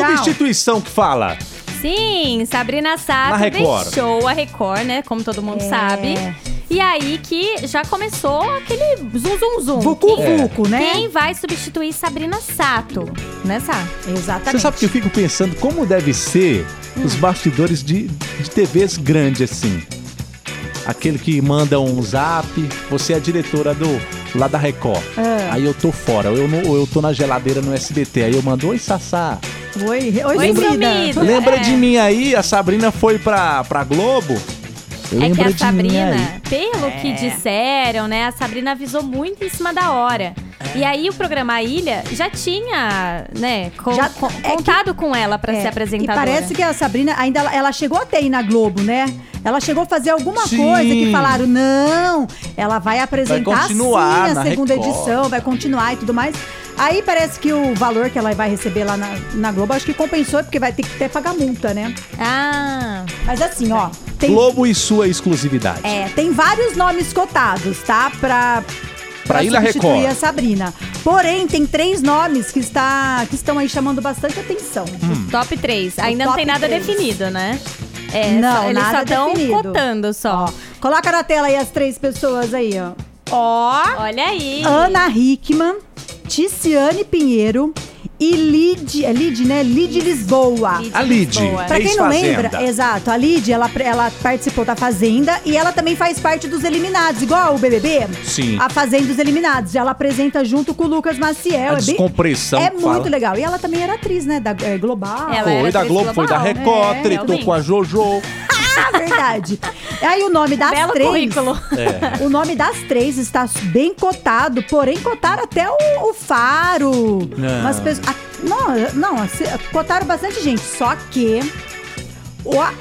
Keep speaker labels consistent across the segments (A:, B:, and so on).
A: substituição que fala.
B: Sim, Sabrina Sato
A: Na Record.
B: deixou a Record, né? Como todo mundo
C: É.
B: sabe. E aí que já começou aquele zum zum zum.
C: Vucu
B: Quem-
C: Vucu, né?
B: Quem vai substituir Sabrina Sato? Né, Sá?
C: Exatamente.
A: Você sabe que eu fico pensando como deve ser os bastidores de, de TVs grandes assim. Aquele que manda um zap, você é a diretora do lá da Record.
C: É.
A: Aí eu tô fora, ou eu, não- ou eu tô na geladeira no SBT, aí eu mando, oi Sassá,
C: Oi, oi,
B: Oi,
C: sumida.
B: sumida.
A: lembra
B: É.
A: de mim aí? A Sabrina foi pra, pra Globo?
B: É que
A: Lembra
B: a
A: de mim
B: Sabrina,
A: aí.
B: pelo
C: É.
B: que disseram, né? A Sabrina avisou muito em cima da hora. E aí o programa A Ilha já tinha, né, co-
C: Já-
B: co-
C: é que-
B: contado com ela pra
C: É,
B: ser apresentadora.
C: E parece que a Sabrina ainda ela, ela chegou até aí na Globo, né? Ela chegou a fazer alguma
A: Sim.
C: coisa que falaram, não, ela vai apresentar sim
A: continuar
C: a
A: na
C: segunda
A: Record.
C: edição, vai continuar e tudo mais. Aí parece que o valor que ela vai receber lá na, na Globo, acho que compensou, porque vai ter que até pagar multa, né?
B: Ah,
C: Mas assim, ó, tem,
A: Globo e sua exclusividade.
C: é, tem vários nomes cotados, tá? Pra,
A: pra Ilha
C: substituir
A: Record.
C: a Sabrina. Porém, tem três nomes que, está, que estão aí chamando bastante atenção.
A: Hum.
B: top 3. Ainda não
C: Hum. top
B: tem nada
C: três.
B: definido, né? É,
C: Não,
B: só- eles
C: nada
B: só tão
C: definido.
B: cotando só.
C: Coloca na tela aí as três pessoas aí, ó. Ó,
B: Olha aí.
C: Ana Hickman, Ticiane Pinheiro e Lid, é Lid, né? Lid Lisboa.
B: Lid.
A: A Lid,
B: Boa.
C: Pra quem não
A: ex-fazenda.
C: lembra, é exato, a Lid, ela, ela participou da Fazenda e ela também faz parte dos eliminados, igual o BBB.
A: Sim.
C: A Fazenda dos Eliminados. Ela apresenta junto com o Lucas Maciel.
A: A
C: é bem-
A: descompressão
C: é
A: que
C: muito
A: Então fala.
C: legal. E ela também era atriz, né? Da é, Global.
B: Ela
A: Foi
B: era
A: da
B: atriz
A: Globo, foi da
B: global.
A: Record,
B: É,
A: tretou
B: realmente.
A: com a JoJo.
C: Ah, verdade. Aí o nome das
B: Belo
C: três.
B: currículo.
A: É,
C: O nome das três está bem cotado, porém cotaram até o, o Faro.
A: Não.
C: Umas pessoas, a- não, não, se- cotaram bastante gente. Só que o, a-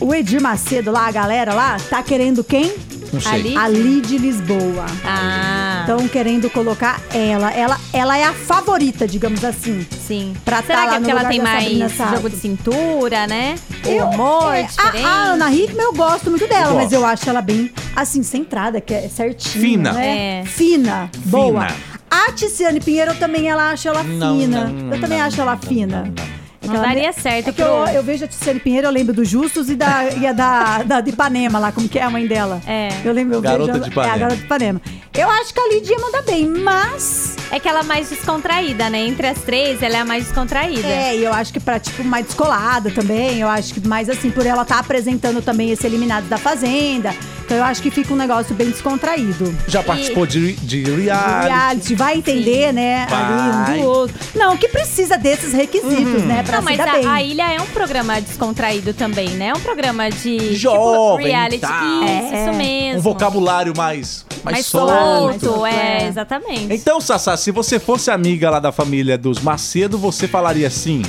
C: o Edir Macedo lá, a galera lá, tá querendo quem?
A: Não sei.
B: Ali?
C: A Lid Lisboa.
B: Ah,
C: Estão querendo colocar ela. ela. Ela é a favorita, digamos assim.
B: sim.
C: pra
B: Será
C: tá
B: que
C: lá
B: é
C: no
B: porque ela
C: lugar
B: tem
C: da Sabrina
B: mais
C: Sato?
B: jogo de cintura, né? o humor
C: É,
B: diferente.
C: A, a Ana Hickman eu gosto muito dela,
A: Eu
C: mas
A: gosto.
C: eu acho ela bem, assim, centrada, que é certinha.
A: Fina.
C: Né?
B: É.
C: Fina. Boa.
A: Fina.
C: A Tiziane Pinheiro eu também ela acho ela
A: Não,
C: fina.
A: não,
C: eu também
A: não,
C: acho ela
A: não,
C: fina.
A: não, não.
C: É que
B: Não
C: ela-
B: daria certo
C: É que
B: pro-
C: eu, eu vejo a Tiziane Pinheiro, eu lembro do Justus e da, e a da, da de Ipanema lá, como que é a mãe dela.
B: É.
C: Eu lembro, eu
A: Garota
C: vejo ela-
A: de Ipanema.
C: É, a garota de Ipanema. Eu acho que a Lidia manda bem, mas...
B: É que ela é mais descontraída, né? Entre as três, ela é a mais descontraída.
C: É, e eu acho que pra, tipo, mais descolada também. Eu acho que mais assim, por ela estar apresentando também esse eliminado da Fazenda. Então eu acho que fica um negócio bem descontraído.
A: Já participou de, de reality.
C: Reality, vai entender, né? Ali um
A: Tá. Vai.
C: do outro. Não, que precisa desses requisitos, né? Pra
B: Não,
C: se
B: mas
C: dar
B: a,
C: bem.
B: a Ilha é um programa descontraído também, né? É um programa de tipo,
A: Jovem,
B: reality.
A: tá.
B: Isso,
C: É.
B: isso mesmo.
A: Um vocabulário mais, mais,
B: mais
A: solto.
B: solto,
C: solto,
B: é,
C: é.
B: exatamente.
A: Então, Sassá, se você fosse amiga lá da família dos Macedo, você falaria assim.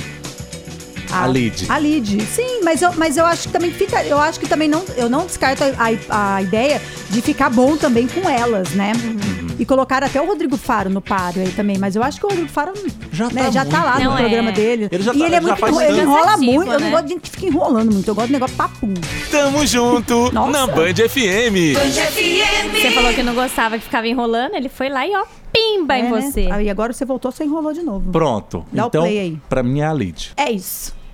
B: Ah.
A: a Lid.
C: A Lid, sim, mas eu, mas eu acho que também fica. Eu acho que também não. Eu não descarto a, a- a ideia de ficar bom também com elas, né? E colocar até o Rodrigo Faro no paro aí também. Mas eu acho que o Rodrigo Faro
A: Já
C: né,
A: tá
C: já tá
A: muito,
C: lá
B: né?
C: no
B: Não,
C: programa
B: é.
C: dele.
A: Ele já
C: e
A: tá-
C: ele é
A: já
C: muito.
A: faz
C: enro- Ele
A: tanto.
C: enrola
B: Cansativo,
C: muito. Eu não
B: né?
C: gosto de gente que fica enrolando muito. Eu gosto de negócio papum.
D: Tamo junto
C: Nossa.
D: na Band FM.
B: Você falou que não gostava que ficava enrolando, ele foi lá e ó, pimba
C: É,
B: em
C: né?
B: você.
C: Aí agora você voltou, você enrolou de novo.
A: Pronto.
C: Dá o
A: então,
C: play aí.
A: pra mim é a Lid.
C: É isso.